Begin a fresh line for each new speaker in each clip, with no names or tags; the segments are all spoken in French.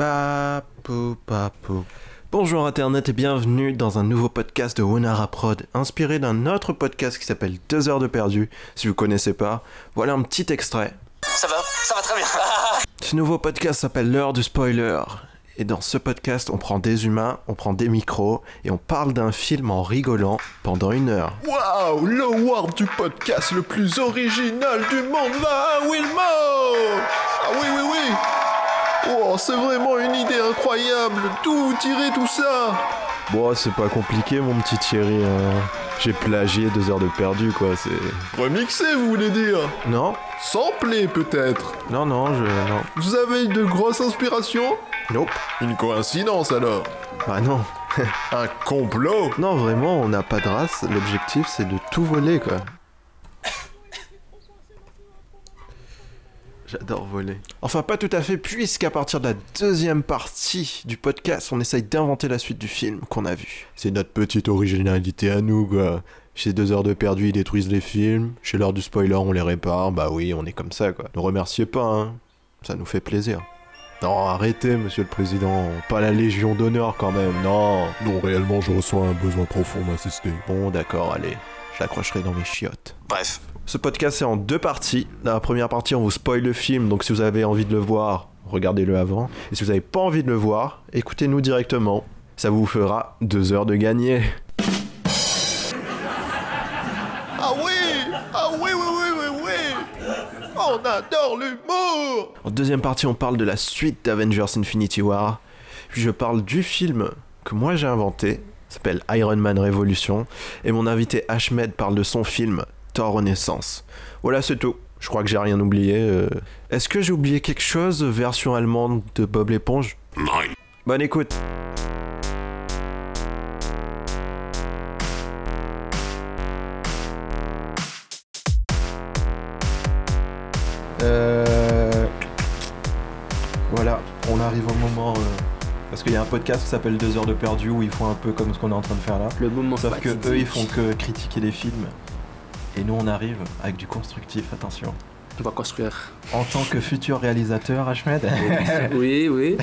Ba, pou, pa, pou.
Bonjour Internet et bienvenue dans un nouveau podcast de Wonara Prod, inspiré d'un autre podcast qui s'appelle 2 heures de perdu. Si vous connaissez pas, voilà un petit extrait.
Ça va Ça va très bien.
Ce nouveau podcast s'appelle L'heure du spoiler. Et dans ce podcast, on prend des humains, on prend des micros et on parle d'un film en rigolant pendant une heure.
Waouh, l'award du podcast le plus original du monde va à Wilmo Ah oui, oui, oui Oh, c'est vraiment une idée incroyable D'où vous tirez tout ça
Bon, c'est pas compliqué mon petit Thierry. hein. J'ai plagié 2 heures de perdu quoi, c'est...
Remixé, vous voulez dire
Non
Samplé, peut-être
Non, non, je... Non.
Vous avez de grosses inspirations
Nope.
Une coïncidence, alors
Bah non.
Un complot
Non, vraiment, on n'a pas de race. L'objectif, c'est de tout voler, quoi. J'adore voler. Enfin, pas tout à fait, puisqu'à partir de la deuxième partie du podcast, on essaye d'inventer la suite du film qu'on a vu. C'est notre petite originalité à nous, quoi. Chez 2 heures de perdu, ils détruisent les films. Chez l'heure du spoiler, on les répare. Bah oui, on est comme ça, quoi. Ne remerciez pas, hein. Ça nous fait plaisir. Non, arrêtez, monsieur le président. Pas la Légion d'honneur, quand même, non.
Non, réellement, je ressens un besoin profond d'assister.
Bon, d'accord, allez. Je l'accrocherai dans mes chiottes.
Bref,
Ce podcast est en deux parties. Dans la première partie, on vous spoil le film, donc si vous avez envie de le voir, regardez-le avant. Et si vous n'avez pas envie de le voir, écoutez-nous directement. Ça vous fera deux heures de gagner.
Ah oui Ah oui, oui, oui, oui, oui On adore l'humour
En deuxième partie, on parle de la suite d'Avengers Infinity War. Puis je parle du film que moi j'ai inventé, s'appelle Iron Man Révolution. Et mon invité Ahmed parle de son film Thor Renaissance. Voilà, c'est tout. Je crois que j'ai rien oublié. euh. Est-ce que j'ai oublié quelque chose, version allemande de Bob l'éponge Bonne écoute Euh, Voilà, on arrive au moment. euh, Parce qu'il y a un podcast qui s'appelle 2 heures de perdu où ils font un peu comme ce qu'on est en train de faire là.
Le moment
Sauf que
fatidique.
eux ils font que critiquer les films. Et nous on arrive avec du constructif, attention.
On va construire.
En tant que futur réalisateur, Ahmed,
oui, oui.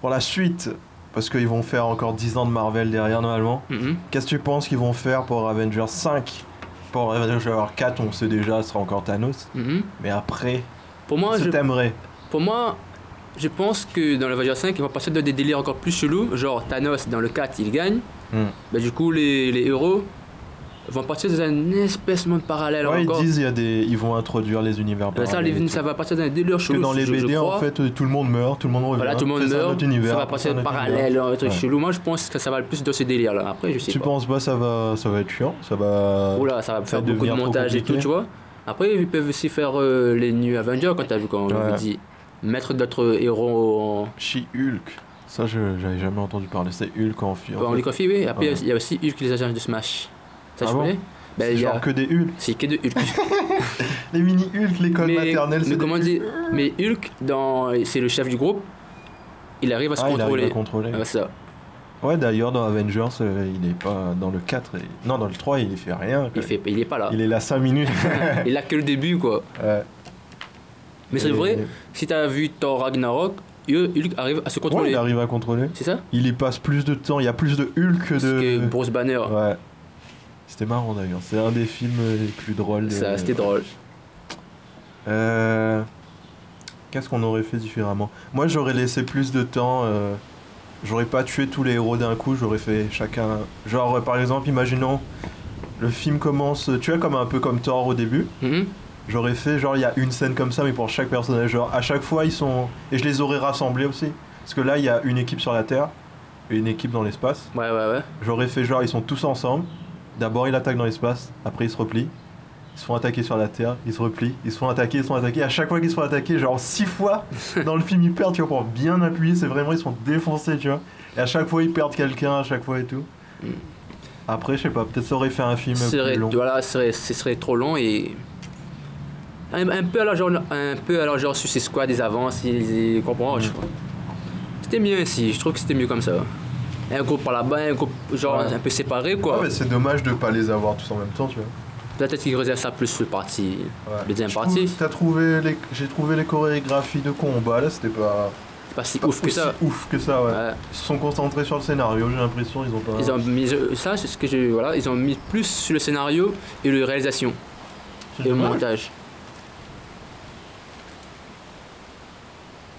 pour la suite, parce qu'ils vont faire encore 10 ans de Marvel derrière normalement,
Mhm.
qu'est-ce que tu penses qu'ils vont faire pour Avengers 5 Pour Avengers 4, on sait déjà, ce sera encore Thanos.
Mhm.
Mais après,
Pour, moi,
je
je,
t'aimerais.
pour moi, je pense que dans le Voyager 5, ils vont passer dans des délires encore plus chelous. Genre Thanos, dans le 4, il gagne.
Mm.
Ben, du coup, les, les héros vont partir dans un espèce de monde parallèle
Ouais, ils
encore.
disent il y a des... ils vont introduire les univers
Ben, ça,
parallèles
les-
et tout.
ça va passer dans un délire
que
chelou.
dans les
je- je
BD, en
crois.
fait, euh, tout le monde meurt, tout le monde revient.
Voilà, tout le monde
c'est un
meurt.
autre univers,
ça va
c'est
passer
un autre
parallèle,
univers.
un truc
Ouais.
chelou. Moi, je pense que ça va plus dans ces délires-là. Après, je sais
Tu
pas.
penses pas ça va, ça va être chiant Ça va.
Oula, ça va
Ça
faire beaucoup de
devient trop
montage et tout,
compliqué.
tu vois. Après, ils peuvent aussi faire euh, les New Avengers, quand t'as vu, quand
Ouais.
on dit mettre d'autres héros
She-Hulk. Ça, je- j'avais jamais entendu parler. C'est Hulk en fi-
en,
en
en
fait.
League of Legends. Après,
Ouais.
il y a aussi Hulk, les agents de Smash. Ça,
Ah
je
bon
connais ben,
C'est
il y a...
genre que des Hulk.
C'est que de Hulk.
Les mini Hulk, l'école maternelle, c'est.
mais
des
comment
Hulk.
dire Mais Hulk, dans... c'est le chef du groupe, il arrive à se
Ah, il arrive
contrôler.
à contrôler.
Ah, bah, ça.
Ouais, d'ailleurs, dans Avengers, euh, il est pas. Dans le 4, et- non, dans le 3, il fait rien. quoi.
Il, fait... il est pas là.
Il est là 5 minutes.
Il a que le début, quoi.
Ouais.
Mais c'est
Et-
vrai, si t'as vu Thor Ragnarok, Hulk arrive à se
Ouais,
contrôler.
il arrive à contrôler.
c'est ça
Il y passe plus de temps, il y a plus de Hulk que
Parce que
de.
Bruce Banner,
Ouais. C'était marrant d'ailleurs, c'est un des films euh, les plus drôles. de-
ça, c'était drôle.
Euh, Qu'est-ce qu'on aurait fait différemment Moi j'aurais laissé plus de temps. euh, J'aurais pas tué tous les héros d'un coup, j'aurais fait chacun. Genre euh, par exemple, imaginons, le film commence, euh, tu vois, comme un peu comme Thor au début.
Mhm.
J'aurais fait genre il y a une scène comme ça, mais pour chaque personnage. Genre à chaque fois ils sont. Et je les aurais rassemblés aussi. Parce que là il y a une équipe sur la Terre et une équipe dans l'espace.
Ouais, ouais, ouais.
J'aurais fait genre ils sont tous ensemble. D'abord ils attaquent dans l'espace, après ils se replient. Ils se font attaquer sur la Terre, ils se replient, ils se font attaquer, ils se font attaquer. À chaque fois qu'ils se font attaquer, genre six fois dans le film ils perdent, tu vois, pour bien appuyer, c'est vraiment ils sont défoncés, tu vois. Et à chaque fois ils perdent quelqu'un, à chaque fois et tout. Après, je sais pas, peut-être ça aurait fait un film
Ce
plus
serait,
long.
voilà, ce serait, ce serait trop long et. Un, un peu à la genre, un peu à la genre Suicide Squad, des avances, ils, ils comprennent,
Mm.
je crois. C'était mieux ainsi, je trouve que c'était mieux comme ça. Un groupe par là-bas, un groupe genre
Ouais.
un peu séparé
Ouais,
quoi.
mais c'est dommage de pas les avoir tous en même temps, tu vois.
Peut-être qu'ils réservent ça plus le parti,
Ouais.
le deuxième
Je
parti.
trouve- T'as trouvé les... J'ai trouvé les chorégraphies de combat là, c'était pas.
C'est pas si ouf que
aussi
ça.
Bah, ouf que ça, ouais.
Ouais.
Ils se sont concentrés sur le scénario, j'ai l'impression, ils ont pas...
Ils ont mis euh, ça, c'est ce que j'ai. Voilà, ils ont mis plus sur le scénario et la réalisation
C'est
et le
dommage.
montage.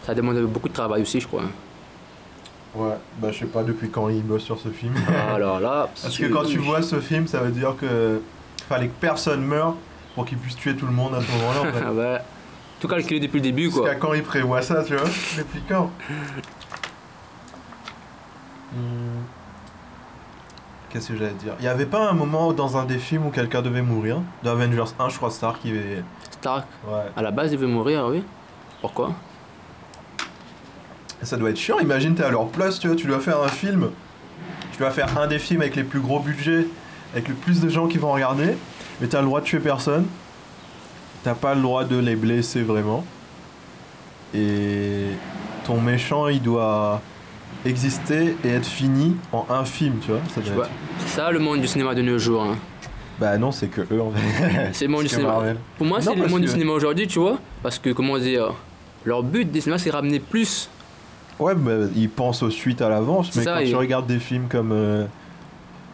Ça demande beaucoup de travail aussi, je crois.
Ouais, bah je sais pas depuis quand ils bossent sur ce film.
Alors là.
Parce que quand tu vois ce film, ça veut dire que fallait que personne meure pour qu'ils puissent tuer tout le monde à ce moment-là. en fait.
Ah bah, tout calculé depuis le début, quoi.
Jusqu'à quand ils prévoient ça, tu vois Depuis quand Hmm. Qu'est-ce que j'allais dire Il y avait pas un moment dans un des films où quelqu'un devait mourir Dans Avengers 1, je crois Stark qui avait...
Stark,
Ouais.
à la base, il veut mourir, oui. Pourquoi
Ça doit être chiant, imagine t'es à leur place, tu vois, tu dois faire un film, tu dois faire un des films avec les plus gros budgets, avec le plus de gens qui vont regarder, mais t'as le droit de tuer personne, t'as pas le droit de les blesser vraiment, et ton méchant il doit exister et être fini en un film, tu vois, ça
Tu
doit
vois,
être-
C'est ça le monde du cinéma de nos jours. hein.
Bah non, c'est que eux en fait.
C'est le monde du
que
cinéma.
Marvel.
Pour moi,
Non,
c'est le
parce
monde du
que-
cinéma aujourd'hui, tu vois. Parce que, comment dire, leur but des cinémas, c'est de ramener plus.
Ouais, bah, ils pensent aux suites à l'avance, mais
Ça,
quand
et-
tu regardes des films comme, euh,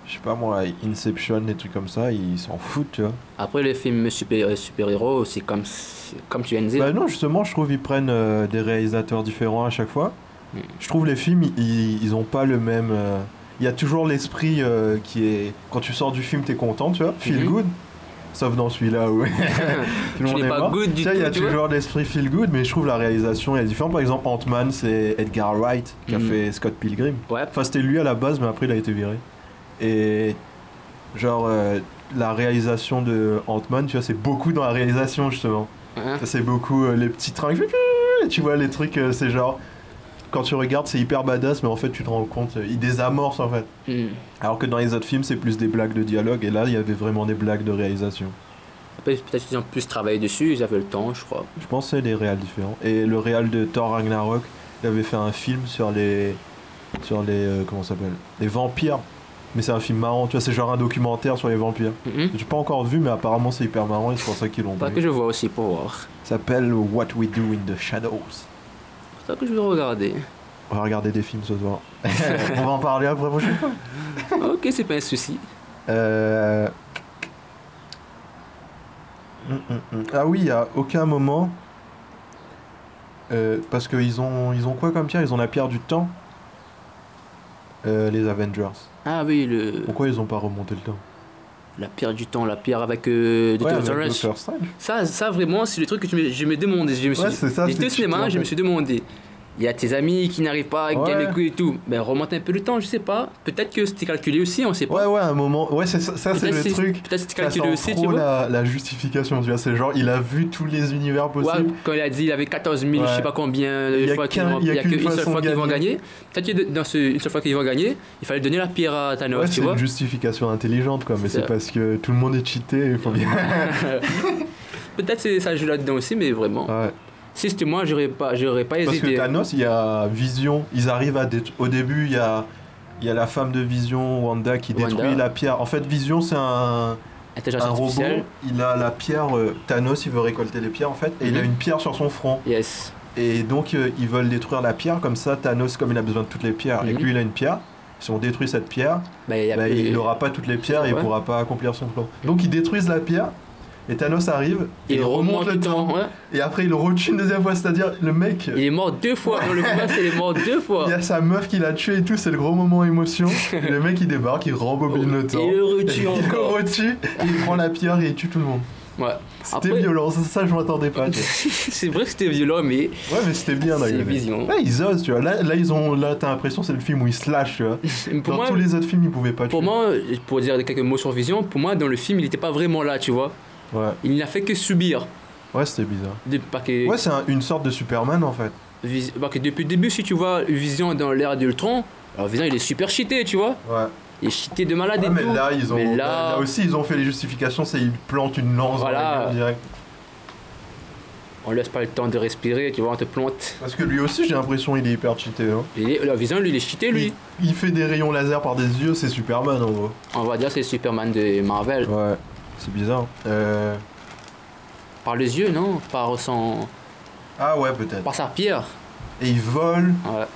je sais pas moi, Inception, des trucs comme ça, ils s'en foutent, tu vois.
Après, les films super- euh, super-héros, c'est comme, c'est comme tu viens de dire.
Bah non, justement, je trouve ils prennent euh, des réalisateurs différents à chaque fois.
Mm.
Je trouve les films, ils, ils ont pas le même. euh, Il y a toujours l'esprit euh, qui est. Quand tu sors du film, t'es content, tu vois. Feel
Mhm.
good. Sauf dans celui-là où. Tout le
Tu
monde
n'es
est
pas
mort.
good du
Tu sais, Il y a
tout, tu vois.
toujours l'esprit feel good, mais je trouve la réalisation elle est différente. Par exemple, Ant-Man, c'est Edgar Wright qui a
Mhm.
fait Scott Pilgrim.
Ouais,
Enfin, c'était lui à la base, mais après, il a été viré. Et genre, euh, la réalisation de Ant-Man, tu vois, c'est beaucoup dans la réalisation, justement.
hein,
Ça, c'est beaucoup euh, les petits trains. Tu vois, les trucs, euh, c'est genre. Quand tu regardes, c'est hyper badass, mais en fait, tu te rends compte, euh, ils désamorcent en fait.
hmm.
Alors que dans les autres films, c'est plus des blagues de dialogue, et là, il y avait vraiment des blagues de réalisation.
Après, peut-être qu'ils ont plus travaillé dessus, ils avaient le temps, je crois.
Je pense que c'est des réals différents. Et le réal de Thor Ragnarok, il avait fait un film sur les. sur les. euh, comment ça s'appelle Les vampires. Mais c'est un film marrant, tu vois, c'est genre un documentaire sur les vampires.
Mhm.
J'ai pas encore vu, mais apparemment, c'est hyper marrant, et c'est pour ça qu'ils l'ont
Pas Bah, que
pris.
je vois aussi pour voir.
Ça s'appelle What We Do in the Shadows.
C'est ça que je vais regarder.
On va regarder des films ce soir. on va en parler après la prochaine fois.
ok, c'est pas un souci.
Euh, mm, mm, mm. Ah oui, à aucun moment. euh, parce qu'ils ont, ils ont quoi comme pierre Ils ont la pierre du temps. Euh, les Avengers.
Ah oui, le...
Pourquoi ils ont pas remonté le temps
la pierre du temps, la pierre avec euh,
Ouais,
Dr.
avec
Strange.
Doctor Strange.
Ça, ça vraiment, c'est le truc que je me, je me demandais. Je me suis
Ouais,
dit-
c'est ça,
J'étais
c'est-
au cinéma,
tu
je me suis demandé. Il y a tes amis qui n'arrivent pas à gagner
Ouais.
le coup et tout. Ben, remonte un peu le temps, je sais pas. Peut-être que c'était calculé aussi, on sait pas.
Ouais, ouais, à un moment. Ouais, c'est ça, ça, c'est
Peut-être
le
c'est-
truc.
Peut-être c'était
Ça
calculé
sent
aussi, tu
trop
vois.
la, la justification, tu vois. C'est genre, il a vu tous les univers possibles.
Ouais, quand il a dit il avait 14 000,
Ouais.
je sais pas combien de
Il y a
fois qu'ils
qu'un-
vont-
il y a
il y a
qu'une
qu'une seule
façon
fois
de
qu'ils vont
gagner.
gagner. Peut-être que dans ce, une seule fois qu'ils vont gagner, il fallait donner la pierre à Thanos,
Ouais,
tu
c'est
vois.
une justification intelligente, quoi, mais
C'est
c'est
ça.
parce que tout le monde est cheaté, il faut bien.
Peut-être c'est ça joue là-dedans aussi, mais vraiment.
Ouais.
Si c'était moi, j'aurais pas, j'aurais pas
Parce que
hésité.
Thanos, il y a Vision, ils arrivent à. détru- Au début, il y a, il y a la femme de Vision, Wanda, qui
Wanda.
détruit la pierre. En fait, Vision, c'est un,
Intelligence
un robot,
artificielle.
il a la pierre. euh, Thanos, il veut récolter les pierres, en fait, et il a
Mhm.
une pierre sur son front.
Yes.
Et donc, euh, ils veulent détruire la pierre, comme ça, Thanos, comme il a besoin de toutes les pierres, et que
Mhm.
lui, il a une pierre. Si on détruit cette pierre,
Ben, il y a
bah,
plus-
il n'aura pas toutes les pierres et il
Ouais.
pourra pas accomplir son plan. Donc ils détruisent la pierre et Thanos arrive et
il remonte le temps. ouais.
et après il retue une deuxième fois, c'est-à-dire le mec,
Il est mort deux fois. Dans le combat, c'est- il est mort deux fois.
il y a sa meuf qui l'a tué et tout, c'est le gros moment émotion. Et le mec il débarque, il rembobine le temps.
Et le retue
Il le
encore.
retue, et il prend la pierre et il tue tout le monde.
Ouais.
C'était
Après-
violent, ça, ça, je m'attendais pas. tu vois.
c'est vrai que c'était violent, mais
Ouais mais c'était bien
C'est
d'ailleurs.
vision.
Ouais ils osent tu vois, là, là ils ont, là t'as l'impression c'est le film où ils se lâchent tu vois.
pour
Dans
moi,
tous les autres films ils pouvaient pas
pour
tuer.
moi, pour dire quelques mots sur Vision, pour moi, dans le film, il n'était pas vraiment là, tu vois.
Ouais,
Il n'a fait que subir.
ouais c'était bizarre.
De- parce que
Ouais c'est un- une sorte de Superman en fait.
Vis- parce que depuis le début, si tu vois Vision dans l'ère d'Ultron, alors Vision, il est super cheaté, tu vois.
Ouais.
Il est cheaté de malade
Ouais,
et
mais
tout.
là, ils ont,
Ah,
bah,
Mais
là...
là-
aussi, ils ont fait les justifications, c'est ils plantent une lance dans la
Voilà.
gueule direct.
On laisse pas le temps de respirer, tu vois, on te plante.
Parce que lui aussi, j'ai l'impression, il est hyper cheaté. hein.
Il est- alors, Vision, lui, il est cheaté, lui.
Il, il fait des rayons laser par des yeux, c'est Superman en gros.
On va dire c'est Superman de Marvel.
Ouais, c'est bizarre. Euh...
Par les yeux, non Par son...
Ah ouais, peut-être.
Par sa pierre.
et il vole
Voilà.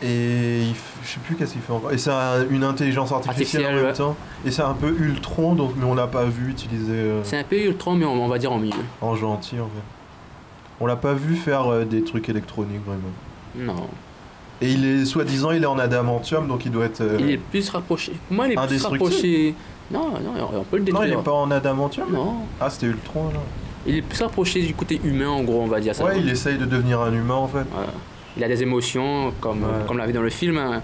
et il f- je sais plus qu'est-ce qu'il fait encore. Et c'est un- une intelligence artificielle, en
Artificielle,
même
ouais.
temps. Et c'est un peu Ultron, donc, mais on l'a pas vu utiliser euh,
C'est un peu Ultron, mais on, on va dire en milieu.
en gentil en fait. On l'a pas vu faire euh, des trucs électroniques vraiment.
Non.
Et il est soi-disant il est en adamantium donc il doit être. euh,
Il est plus rapproché. Pour moi, il est plus
Indestructible.
rapproché. Non, non, on- on peut le
Non il
détruire.
est pas en adamantium.
Non.
Ah c'était Ultron là.
Il est plus rapproché du côté humain, en gros, on va dire ça.
Ouais il essaye de devenir un humain en fait.
Voilà. Il a des émotions, comme,
Ouais.
comme on l'avait dans le film. hein.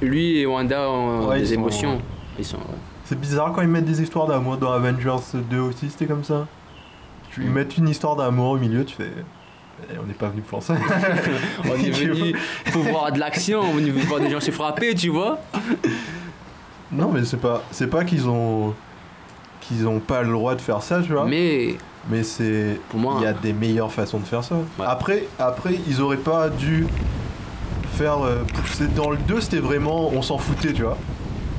Lui et Wanda ont
Ouais, ils
des
sont-
émotions. Ils sont. ouais.
C'est bizarre quand ils mettent des histoires d'amour dans Avengers 2 aussi, c'était comme ça. Tu ils mettent une histoire d'amour au milieu, tu fais. Eh, On n'est pas venu pour ça.
On est venu pour voir de l'action, on est venu voir des gens se frapper, tu vois.
non mais c'est pas c'est pas qu'ils ont qu'ils ont pas le droit de faire ça, tu vois. Mais,
Mais
c'est
pour moi,
il y a des meilleures façons de faire ça.
Ouais.
Après après ils auraient pas dû faire euh, pousser dans le 2, c'était vraiment on s'en foutait, tu vois.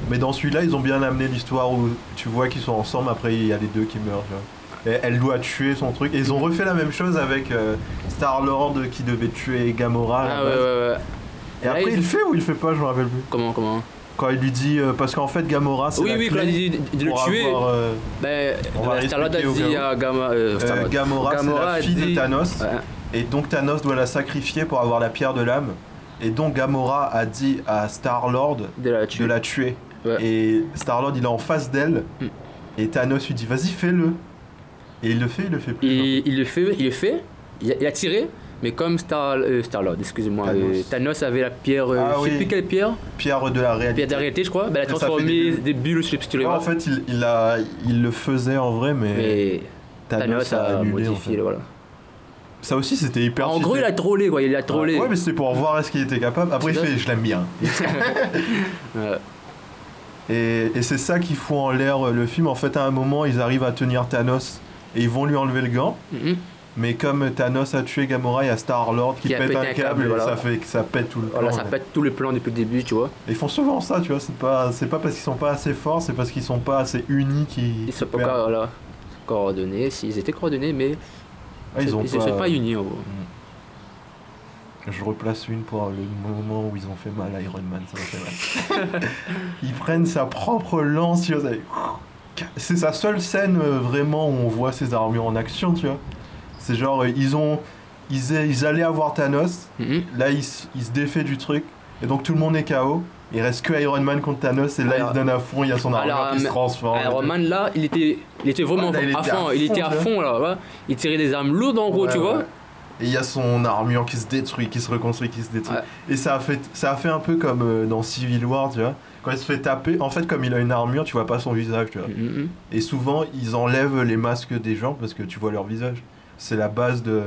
Mais dans celui-là, ils ont bien amené l'histoire où tu vois qu'ils sont ensemble, après il y a les deux qui meurent, tu vois. Et elle doit tuer son truc. Et ils ont
Mm-hmm.
refait la même chose avec Star Lord qui devait tuer Gamora. à la
ah, ouais,
base.
ouais, ouais.
Et après,
Ouais,
il
ils-
le fait ou il le fait pas, je me rappelle plus.
Comment, comment
Quand il lui dit. euh, parce qu'en fait, Gamora, c'est.
Oui,
la
oui,
clé
quand il dit de- de le
pour
tuer,
avoir, euh,
ben,
on va
Star-Lord a
expliquer au
dit
cas où.
à Gamma. euh,
euh,
Star-Lord.
Gamora,
Gamora
c'est
a
la fille
dit-
de Thanos.
Ouais. hein,
Et donc Thanos doit la sacrifier pour avoir la pierre de l'âme. Et donc Gamora a dit à Star Lord
de la
de
tuer.
la tuer.
Ouais.
Et Star-Lord, il est en face d'elle.
Mm.
Et Thanos lui dit, vas-y, fais-le. Et il le fait, il le fait plus. genre.
Il, il le fait, il le fait, il a, il a tiré, mais comme Star, euh, Star-Lord, excusez-moi, euh,
Thanos.
Thanos. avait la pierre, euh,
Ah
je sais
oui.
plus quelle pierre,
Pierre de la réalité.
pierre d'arrêté je crois, ben, elle
Ça
a
fait des
transformé
bulles.
des bulles sur
Ouais,
le
en fait, il, il a, il le faisait en vrai, mais,
mais
Thanos, a, annulé. en
modifié,
fait.
voilà.
Ça aussi, c'était hyper
En
cheaté.
gros, il a trollé, quoi, il a trollé.
Ouais, mais c'était pour voir est-ce qu'il était capable. Après, il
C'est
fait, je l'aime bien.
Ouais.
Et, et c'est ça qui fout en l'air euh, le film. En fait, à un moment, ils arrivent à tenir Thanos et ils vont lui enlever le gant.
Mhm.
Mais comme Thanos a tué Gamora, il y a Star-Lord qui,
Qui a
pète
pété
un
un
câble,
câble,
et
voilà.
ça fait que ça pète tout le
Voilà,
plan,
ça
ouais.
pète tout le plan depuis le début, tu vois.
Ils font souvent ça, tu vois, c'est pas, c'est pas parce qu'ils sont pas assez forts, c'est parce qu'ils sont pas assez unis qu'ils.
Ils sont pas
qu'ils perdent.
encore, voilà, coordonnés, s'ils étaient coordonnés, mais
Ah, ils ont
ils se
pas-
sont pas unis, en gros.
Je replace une pour le moment où ils ont fait mal à Iron Man, ça m'a fait mal. ils prennent sa propre lance, tu vois, ça- c'est sa seule scène euh, vraiment où on voit ses armures en action, tu vois. C'est genre, euh, ils ont. Ils, a- ils allaient avoir Thanos,
Mhm.
là il, s- il se défait du truc, et donc tout le monde est KO. Il reste que Iron Man contre Thanos, et là il
Alors-
se donne à fond, il y a son armure
Alors,
qui se
mais-
transforme. et
Iron
tout.
Man là, il était, il était vraiment
Ouais, là, il
à
était à
fond, il
fond,
était à
tu vois.
fond là, ouais. il tirait des armes lourdes en gros,
Ouais,
tu
ouais.
vois.
Et il y a son armure qui se détruit, qui se reconstruit, qui se détruit.
Ouais.
Et ça a, fait, ça a fait un peu comme euh, dans Civil War, tu vois. Quand il se fait taper, en fait, comme il a une armure, tu vois pas son visage, tu vois.
Mhm.
Et souvent, ils enlèvent les masques des gens parce que tu vois leur visage. C'est la base de.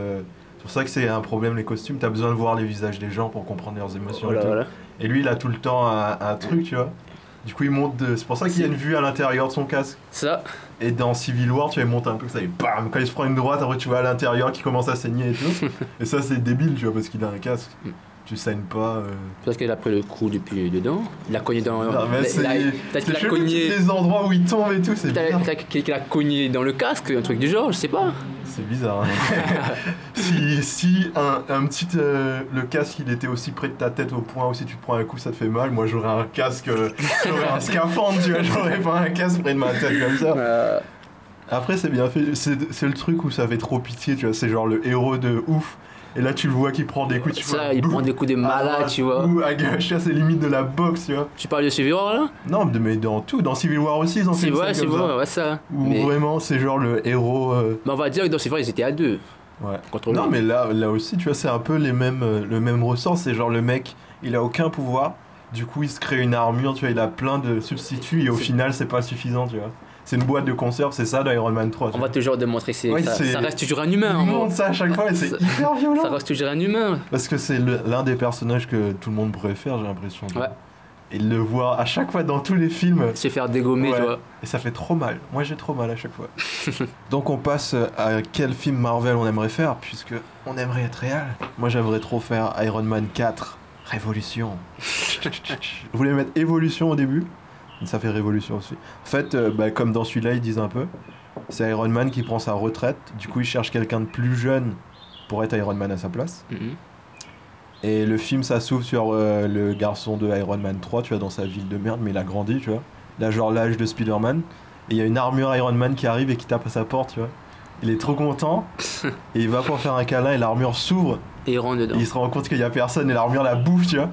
C'est pour ça que c'est un problème, les costumes. T'as besoin de voir les visages des gens pour comprendre leurs émotions.
Voilà,
et, tout.
voilà.
Et lui, il a tout le temps un, un truc, tu vois. Du coup, il monte de. C'est pour ça qu'il y a une vue à l'intérieur de son casque.
Ça,
Et dans Civil War, tu vois, il monte un peu, ça et bam Quand il se prend une droite, après tu vois à l'intérieur qui commence à saigner et tout. et ça, c'est débile, tu vois, parce qu'il a un casque.
Mm.
Tu saignes pas. euh.
parce qu'il a pris le coup depuis dedans. Il a cogné dans.
Non, mais
il a-
c'est.
il a- Peut-être
c'est
qu'il a
chelou, tous
cogné.
les endroits où il tombe et tout, c'est bizarre.
Peut-être peut-être qu'il a cogné dans le casque, un truc du genre, je sais pas.
C'est bizarre. hein. si si un, un petit. euh, le casque, il était aussi près de ta tête au point où si tu te prends un coup, ça te fait mal. Moi, j'aurais un casque. euh, j'aurais un scaphandre, tu vois. J'aurais pas un casque près de ma tête comme ça.
Euh,
Après, c'est bien fait. C'est c'est le truc où ça fait trop pitié, tu vois. C'est genre le héros de ouf. Et là, tu le vois qui prend des coups, tu vois.
ça, il prend des
Ah,
coups de malade, tu vois.
Ou à gauche, ça, c'est limite de la boxe, tu vois.
Tu parles de Civil War là
Non, mais dans tout, dans Civil War aussi, ils ont fait
C'est
une
vrai,
scène
c'est
comme ça.
vrai, ouais, ça.
Où
Mais,
vraiment, c'est genre le héros. euh,
mais on va dire que dans Civil War, ils étaient à deux.
Ouais.
Contre
Non,
lui.
mais là, là aussi, tu vois, c'est un peu les mêmes, euh, le même ressort. C'est genre le mec, il a aucun pouvoir. Du coup, il se crée une armure, tu vois, il a plein de substituts et au
C'est-
final, c'est pas suffisant, tu vois. C'est une boîte de conserve, c'est ça d'Iron Man 3. tu
On va toujours démontrer que c'est-
Ouais,
ça,
c'est-
ça reste toujours un
vois.
humain. en
Il
gros.
montre ça à chaque fois et c'est
Ça-
hyper violent.
Ça reste toujours un humain.
Parce que c'est le- l'un des personnages que tout le monde préfère, j'ai l'impression.
Ouais.
Et de le voir à chaque fois dans tous les films,
Se faire dégommer,
Ouais.
tu vois.
et ça fait trop mal. Moi, j'ai trop mal à chaque fois. Donc, on passe à quel film Marvel on aimerait faire, puisque on aimerait être réel. Moi, j'aimerais trop faire Iron Man 4, Révolution. Je voulais mettre Évolution au début, mais ça fait Révolution aussi. En fait, euh, bah, comme dans celui-là, ils disent un peu, c'est Iron Man qui prend sa retraite. Du coup, il cherche quelqu'un de plus jeune pour être Iron Man à sa place.
Mhm.
Et le film, ça s'ouvre sur euh, le garçon de Iron Man 3, tu vois, dans sa ville de merde, mais il a grandi, tu vois. Il a genre l'âge de Spider-Man. Et il y a une armure Iron Man qui arrive et qui tape à sa porte, tu vois. Il est trop content. et il va pour faire un câlin et l'armure s'ouvre.
Et il rentre
Et
dedans.
il se rend compte qu'il y a personne et l'armure la bouffe, tu vois.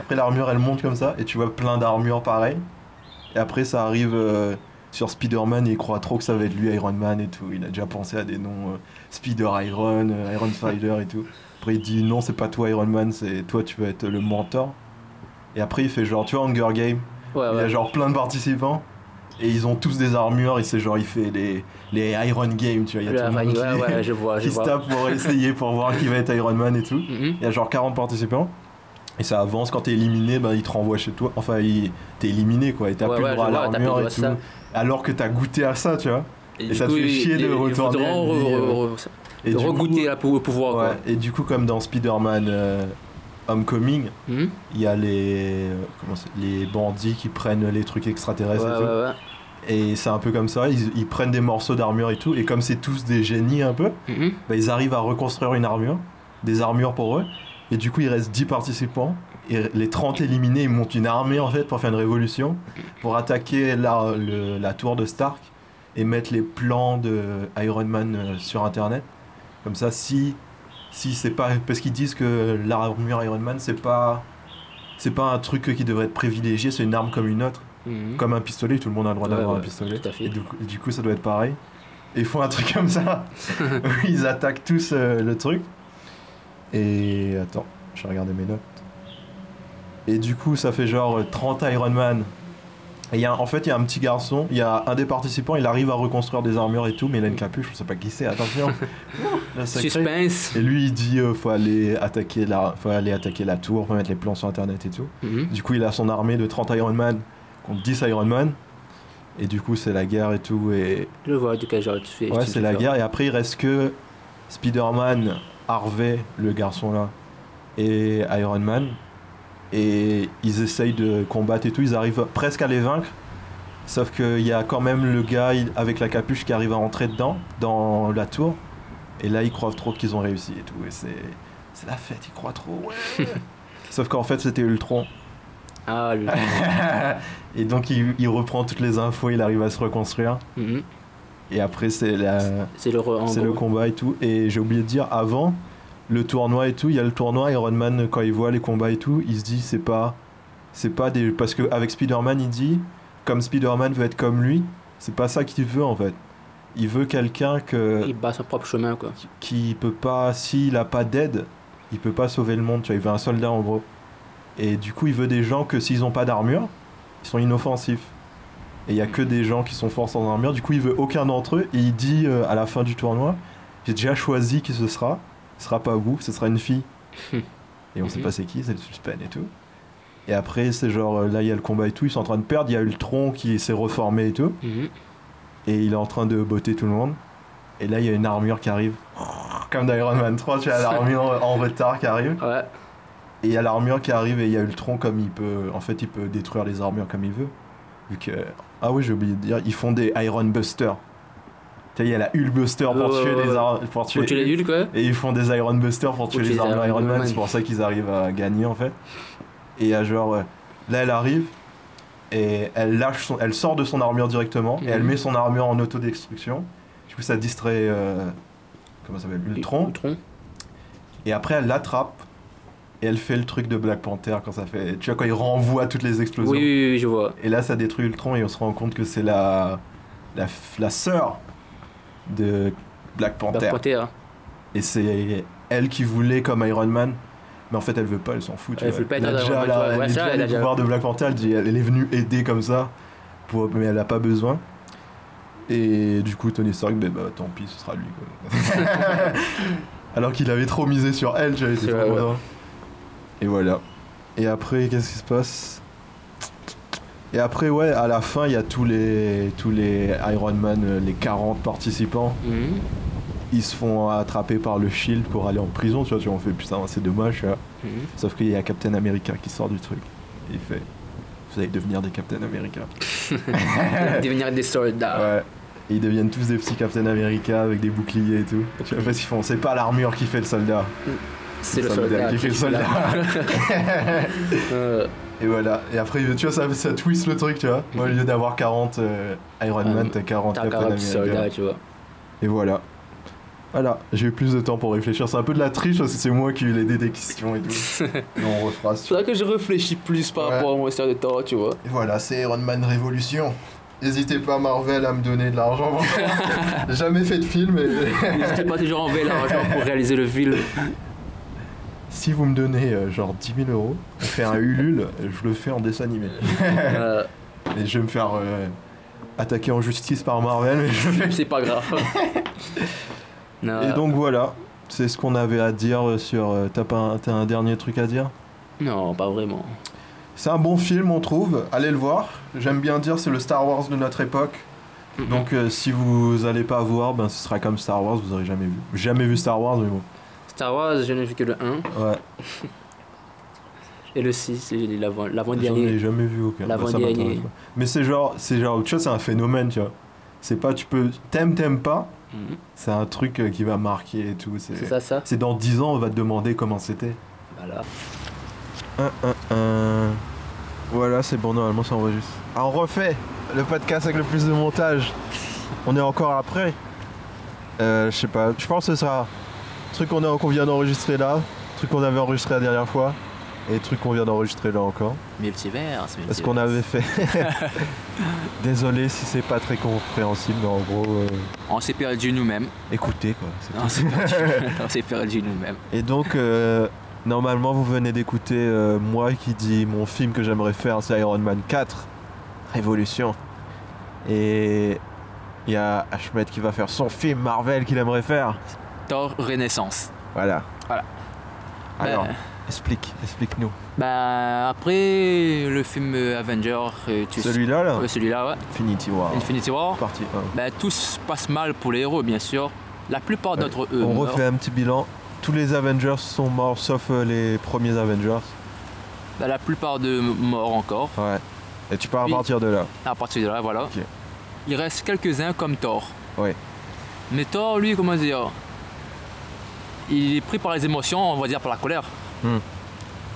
Après, l'armure, elle monte comme ça. Et tu vois plein d'armures pareilles. Et après, ça arrive euh, sur Spider-Man et il croit trop que ça va être lui, Iron Man et tout. Il a déjà pensé à des noms euh, Spider-Iron, euh, Iron Spider et tout. Après, il dit non, c'est pas toi, Iron Man, c'est toi, tu vas être le mentor. Et après, il fait genre, tu vois, Hunger Game. Il
Ouais,
y a
Ah ouais.
genre plein de participants. Et ils ont tous des armures. Et c'est genre, il fait les, les Iron Game, tu vois. Il y a
Ouais,
tout le monde qui,
ouais, ouais, je vois, je
qui se
vois.
tape pour essayer, pour voir qui va être Iron Man et tout.
Mhm.
Il y a genre 40 participants. Et ça avance, quand t'es éliminé, bah, il te renvoie chez toi. Enfin, il... t'es éliminé quoi, et t'as
Ouais,
plus
ouais,
le droit à
je vois, t'as plus le
l'armure et
droit à
tout.
ça.
Alors que t'as goûté à ça, tu vois.
Et,
ça te fait chier de
il- il
retourner
faudra
à une vie,
re-
euh,
re- re-
Et du
regoûter
coup,
là pour pouvoir.
ouais, Et du coup, comme dans Spider-Man euh, Homecoming,
Quoi. Mhm.
il y a les, euh, comment c'est- les bandits qui prennent les trucs extraterrestres
ouais,
et tout.
ouais, ouais.
Et c'est un peu comme ça, ils, ils prennent des morceaux d'armure et tout. Et comme c'est tous des génies un peu,
Mhm.
bah, ils arrivent à reconstruire une armure, des armures pour eux, et du coup il reste 10 participants, et les 30 éliminés, ils montent une armée en fait pour faire une révolution, pour attaquer la, le- la tour de Stark et mettre les plans de Iron Man euh, sur internet. Comme ça, si, si c'est pas. Parce qu'ils disent que l'armure Iron Man, c'est pas. C'est pas un truc qui devrait être privilégié, c'est une arme comme une autre.
Mhm.
Comme un pistolet, tout le monde a le droit
Ouais,
d'avoir
ouais,
un pistolet.
tout à fait.
Et du, coup- du coup, ça doit être pareil. Et ils font un truc comme ça. où ils attaquent tous euh, le truc. Et attends, je vais regarder mes notes. Et du coup, ça fait genre euh, 30 Iron Man. Et il y a, un- en fait, il y a un petit garçon, il y a un des participants, il arrive à reconstruire des armures et tout, mais il a une capuche, je sais pas qui c'est, attention. Le secret.
Suspense.
Et lui, il dit, euh, faut, aller attaquer la, faut aller attaquer la tour, faut mettre les plans sur internet et tout.
Mhm.
Du coup, il a son armée de 30 Iron Man contre 10 Iron Man. Et du coup, c'est la guerre et tout. Et...
Je vois de quel genre tu fais.
Ouais,
tu
c'est
fais
la
faire.
guerre. Et après, il reste que Spider-Man, Harvey, le garçon là, et Iron Man. Et ils essayent de combattre et tout. Ils arrivent presque à les vaincre. Sauf qu'il y a quand même le gars il- avec la capuche qui arrive à rentrer dedans, dans la tour. Et là, ils croient trop qu'ils ont réussi et tout. Et c'est c'est la fête, ils croient trop. ouais. Sauf qu'en fait, c'était Ultron.
Ah, le.
Et donc il, il reprend toutes les infos, il arrive à se reconstruire.
Mhm.
Et après c'est la-
C'est le. re- en
c'est le
gros.
combat et tout. Et j'ai oublié de dire avant le tournoi et tout, il y a le tournoi Iron Man quand il voit les combats et tout, il se dit c'est pas c'est pas des parce que avec Spider-Man il dit comme Spider-Man veut être comme lui, c'est pas ça qu'il veut en fait. Il veut quelqu'un que
Il bat son propre chemin, quoi.
qui peut pas, s'il a pas d'aide, il peut pas sauver le monde, tu vois, il veut un soldat en gros. Et du coup, il veut des gens que s'ils ont pas d'armure, ils sont inoffensifs. Et il y a que des gens qui sont forts sans armure, du coup, il veut aucun d'entre eux, et il dit euh, à la fin du tournoi, j'ai déjà choisi qui ce sera, ce sera pas vous, ce sera une fille. et on sait
Mhm.
pas c'est qui, c'est le suspense et tout. Et après, c'est genre, euh, là, il y a le combat et tout, ils sont en train de perdre, il y a Ultron qui s'est reformé et tout
Mhm.
et il est en train de botter tout le monde. Et là, il y a une armure qui arrive. Comme dans Iron Man 3, tu as l'armure en retard qui arrive.
Ouais.
Et il y a l'armure qui arrive et il y a Ultron comme il peut. En fait, il peut détruire les armures comme il veut. Vu que. Ah oui, j'ai oublié de dire, ils font des Iron Buster. Tu sais, il y a la Hulk Buster pour
Ouais,
tuer
ouais,
les
ouais.
ar- pour
Faut
tuer-
tuer les nuls, quoi.
Et ils font des Iron Buster pour tuer les armures Iron Man. C'est pour ça qu'ils arrivent à gagner en fait. Et il y a genre. euh, Là, elle arrive. Et elle lâche son, elle sort de son armure directement et elle
Mhm.
met son armure en autodestruction. Du coup, ça distrait euh, comment ça s'appelle Ultron.
Ultron.
Et après, elle l'attrape et elle fait le truc de Black Panther quand ça fait. Tu vois quand il renvoie toutes les
Oui,
explosions.
oui, oui, oui, je vois.
Et là, ça détruit Ultron et on se rend compte que c'est la la f- la sœur de Black Panther.
Black Panther.
Et c'est elle qui voulait comme Iron Man. Mais en fait, elle veut pas, elle s'en fout. tu
Elle
vois.
veut pas
Elle
être
a
Iron
déjà
Man,
la-
ouais,
elle
ouais,
a
ça,
déjà
elle
les
a déjà-
pouvoirs de Black Panther. Elle, dit, elle elle est venue aider comme ça, pour, mais elle a pas besoin. Et du coup, Tony Stark, ben, bah, tant pis, ce sera lui. quoi. Alors qu'il avait trop misé sur elle, j'avais été
C'est
trop
vrai, ouais.
content. Et voilà. Et après, qu'est-ce qui se passe Et après, ouais, à la fin, il y a tous les, tous les Iron Man, euh, les 40 participants
Mhm.
ils se font attraper par le shield pour aller en prison, tu vois, tu vois, on fait putain, c'est dommage, tu vois.
Mhm.
Sauf qu'il y a Captain America qui sort du truc. Et il fait, vous allez devenir des Captain America.
Mhm. Devenir des soldats.
Ouais. Et ils deviennent tous des petits Captain America avec des boucliers et tout. Tu vois, parce qu'ils font, c'est pas l'armure qui fait le soldat.
C'est le
Soldat
soldat
qui fait le soldat.
Euh,
Et voilà. Et après, tu vois, ça, ça twist le truc, tu vois. Moi, au lieu d'avoir 40 euh, Iron Man,
Ah,
t'as 40
T'as
Captain
un
America.
soldat, tu vois.
Et voilà. Voilà, j'ai eu plus de temps pour réfléchir. C'est un peu de la triche parce que c'est moi qui ai l'idée des questions et tout. et on refera
C'est
sur-
vrai que je réfléchis plus par
Ouais.
rapport au monster de Thor, tu vois.
Et voilà, c'est Iron Man Révolution. N'hésitez pas, Marvel, à me donner de l'argent. vraiment. Jamais fait de film. Et...
J'étais pas toujours en veille l'argent pour réaliser le film.
si vous me donnez euh, genre 10 000 euros, on fait un Ulule, je le fais en dessin animé.
Euh,
Et je vais me faire euh, attaquer en justice par Marvel. mais je vais-
c'est pas grave. Non.
Et donc voilà, c'est ce qu'on avait à dire euh, sur. euh, T'as pas un- t'as un dernier truc à dire
non, pas vraiment.
C'est un bon film, on trouve. Allez le voir. J'aime bien dire, c'est le Star Wars de notre époque. Donc, euh, si vous allez pas voir, ben, ce sera comme Star Wars, vous aurez jamais vu. Jamais vu Star Wars, mais bon.
Star Wars, je n'ai vu que le 1
Ouais,
et le 6, et l'avant-
j'en
l'avant-dernier.
ai jamais vu aucun. Ben, ça
L'avant-dernier.
m'intéresse pas. mais c'est genre, c'est genre, tu vois, c'est un phénomène, tu vois. C'est pas, tu peux, t'aimes, t'aimes pas,
Mhm.
c'est un truc euh, qui va marquer et tout.
C'est
C'est
ça, ça Bah
c'est dans 10 ans, on va te demander comment c'était.
Voilà.
Un, un, un. Voilà, c'est bon, normalement ça enregistre. Ah, on refait le podcast avec le plus de montage. On est encore après. Euh, je sais pas, je pense que ce sera truc qu'on a- qu'on vient d'enregistrer là, truc qu'on avait enregistré la dernière fois, et truc qu'on vient d'enregistrer là encore.
Multivers,
Parce qu'on avait fait. Désolé si c'est pas très compréhensible, mais en gros, euh,
On s'est perdu nous-mêmes.
écoutez quoi. c'est
On s'est perdu, on s'est perdu nous-mêmes.
Et donc, euh, normalement, vous venez d'écouter euh, moi qui dis mon film que j'aimerais faire, c'est Iron Man 4, Révolution. Et il y a Ahmed qui va faire son film Marvel qu'il aimerait faire.
Thor Renaissance.
Voilà.
Voilà.
Alors,
Ben,
explique, explique-nous.
ben, après le film euh, Avenger, euh, tu
Celui-là, là,
Ouais, celui-là, ouais.
Infinity
Oh.
War.
Infinity War.
Partie un.
Ben, tout se passe mal pour les héros, bien sûr. La plupart d'entre eux.
Ben, On
meurent.
refait un petit bilan. Tous les Avengers sont morts sauf euh, les premiers Avengers.
Ben, la plupart de morts encore.
Ouais. Et tu pars à
Oui.
partir de là.
À partir de là, voilà.
Ok.
Il reste quelques-uns comme Thor.
Ouais.
Mais Thor, lui, comment dire Il est pris par les émotions, on va dire par la colère.
Hmm.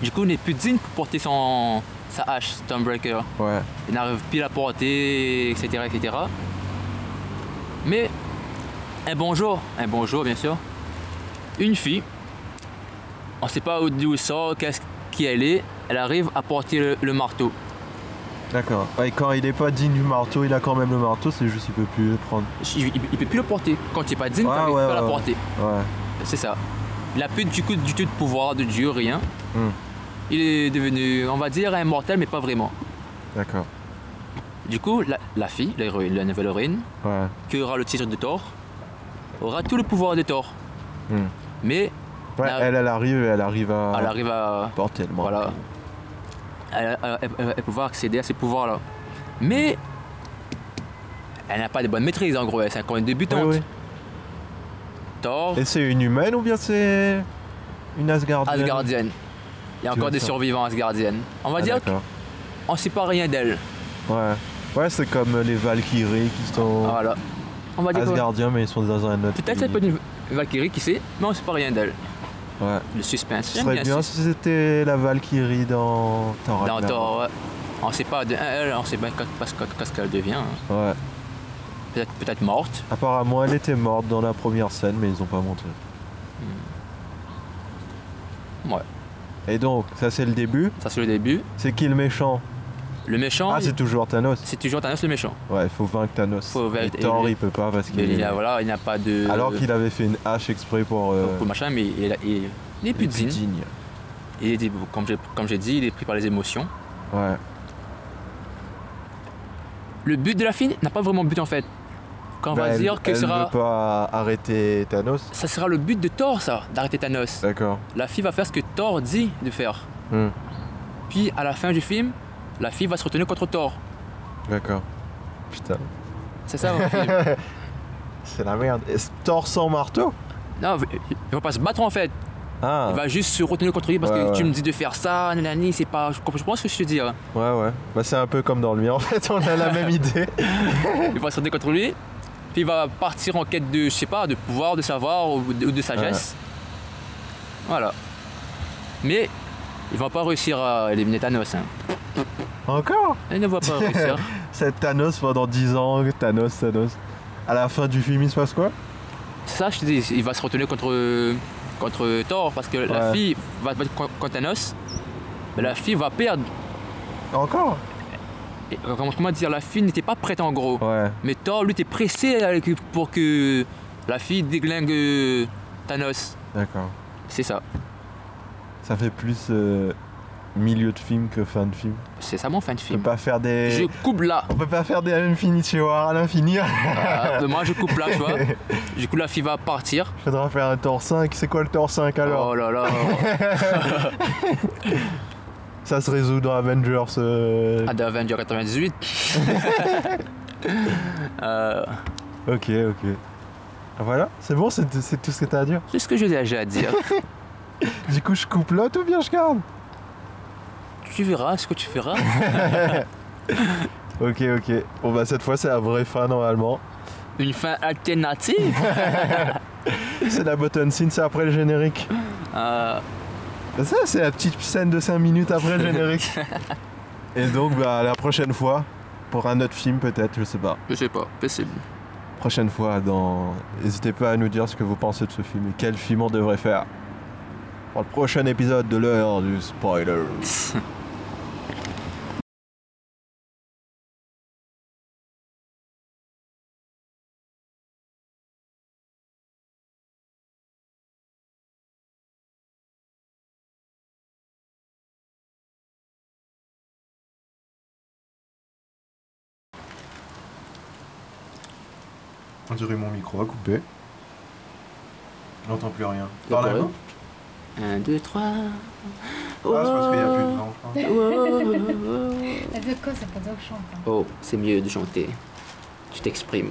Du coup, il n'est plus digne pour porter son, sa hache, Stormbreaker.
Ouais.
Il n'arrive plus à la porter, etc., etc. Mais un bonjour, un bonjour bien sûr, une fille, on ne sait pas où- d'où elle sort, qu'est-ce qui elle est, elle arrive à porter le, le marteau.
D'accord. Ouais, quand il est pas digne du marteau, il a quand même le marteau, c'est juste il peut plus le prendre.
Il ne peut plus le porter. Quand il n'est pas digne,
Ouais,
t'arrives pas
ouais,
à la
ouais,
porter.
Ouais.
C'est ça. Il n'a plus du, coup, du tout de pouvoir, de Dieu, rien.
Hmm.
Il est devenu, on va dire, un mortel, mais pas vraiment.
D'accord.
Du coup, la, la fille, l'héroïne- la nouvelle héroïne,
Ouais.
qui aura le titre de Thor, aura tout le pouvoir de Thor.
Hmm. Ah.
Mais
Ouais,
La-
elle, elle arrive et elle arrive à
Bah, elle arrive à.
porter le marteau.
Voilà. Elle, elle- elle- elle va pouvoir accéder à ces pouvoirs-là. Mais. Elle n'a pas de bonne maîtrise en gros, elle est encore une
Ouais,
débutante.
ouais.
Thor,
Et c'est une humaine ou bien c'est une Asgardienne
Asgardienne. Il y a
Tu
encore
veux
des
ça.
survivants Asgardiennes. On va
Ah,
dire
d'accord.
qu'on ne sait pas rien d'elle.
Ouais. Ouais, c'est comme les Valkyries qui sont
Ah, Voilà. On va dire que-
Asgardiens mais ils sont dans un autre.
Peut-être
pays.
elle peut être une Valkyrie, qui sait, mais on sait pas rien d'elle.
Ouais.
Le suspense.
Ce serait
J'aime
bien
le
si c'était la Valkyrie dans Thor
suspense. Dans
Ragnarok.
Thor, ouais. On sait pas de elle, on sait pas qu'est-ce que- qu'est-ce qu'elle devient. hein.
Ouais.
Peut-être peut-être morte.
Apparemment, elle était morte dans la première scène, mais ils ont pas montré.
Hmm. Ouais.
Et donc, ça c'est le début.
Ça c'est le début.
C'est qui le méchant
Le méchant,
Ah, c'est toujours Thanos.
c'est toujours Thanos le méchant.
Ouais, il faut vaincre Thanos.
Faut
et
vaincre-
Thor,
et-
il peut pas parce qu'il
Mais il
est...
a- voilà, il n'a pas de.
Alors qu'il avait fait une hache exprès pour... euh,
pour machin, mais il, est- il, il est plus digne.
digne.
Il est, comme j'ai comme j'ai dit, il est pris par les émotions.
Ouais.
Le but de la fille n'a pas vraiment de but en fait. Quand on
Bah,
va
elle-
dire que
elle
sera,
veut pas arrêter Thanos.
ça sera le but de Thor, ça, d'arrêter Thanos.
D'accord.
La fille va faire ce que Thor dit de faire.
Hmm.
Puis à la fin du film, la fille va se retenir contre Thor.
D'accord. Putain.
C'est ça le film.
C'est la merde. Et Thor sans marteau
Non, ils vont pas se battre en fait.
Ah.
Il va juste se retenir contre lui parce
Ouais,
que tu
ouais.
me dis de faire ça, nanani, c'est pas. Je comprends je comprends ce que je te dis. hein.
Ouais, ouais. Bah, c'est un peu comme dans le mien, en fait. On a la même idée.
Il va se retenir contre lui. Puis il va partir en quête de, je sais pas, de pouvoir, de savoir ou de, ou de sagesse. Voilà. Mais ils vont pas réussir à éliminer Thanos. Hein.
Encore
Ils ne vont pas réussir.
Cette Thanos pendant 10 ans, Thanos, Thanos. À la fin du film, il se passe quoi
C'est ça, je te dis, il va se retourner contre, contre Thor parce que la
Ouais.
fille va se battre co- contre Thanos. Mais la fille va perdre.
Encore
Et, euh, comment- comment dire, la fille n'était pas prête en gros.
Ouais.
Mais Thor, lui, t'es pressé avec- pour que la fille déglingue euh, Thanos.
D'accord.
C'est ça.
Ça fait plus euh, milieu de film que fin de film.
C'est ça mon fin de
On peut
film.
pas faire des.
Je coupe là.
On peut pas faire des Infinity War à l'infini.
Ah, moi, je coupe là, tu vois. Du coup, la fille va partir.
Faudra faire un Thor 5. C'est quoi le Thor 5 alors
Oh là là.
Ça se résout dans Avengers. euh,
Oh. Ah, de Avenger 98. Euh,
Ok, ok. Ah, Voilà, c'est bon, c'est c'est tout ce que t'as à dire.
c'est ce que j'ai déjà à dire.
Du coup, je coupe là, tout bien, je garde.
Tu verras ce que tu feras.
Ok, ok. Bon, bah, cette fois, c'est la vraie fin normalement.
Une fin alternative.
C'est la button scene, c'est après le générique.
Euh,
Bah, Ça, c'est la petite scène de 5 minutes après le générique. Et donc, bah, à la prochaine fois, pour un autre film, peut-être, je sais pas.
je sais pas, possible.
Prochaine fois, dans. N'hésitez pas à nous dire ce que vous pensez de ce film et quel film on devrait faire. Pour le prochain épisode de l'heure du spoiler.
On dirait mon micro a coupé. J'entends plus rien.
Par la coupe 1, 2, 3.
Ça fait quoi ça fait dire que je chante, hein.
Oh, c'est mieux de chanter. Tu t'exprimes.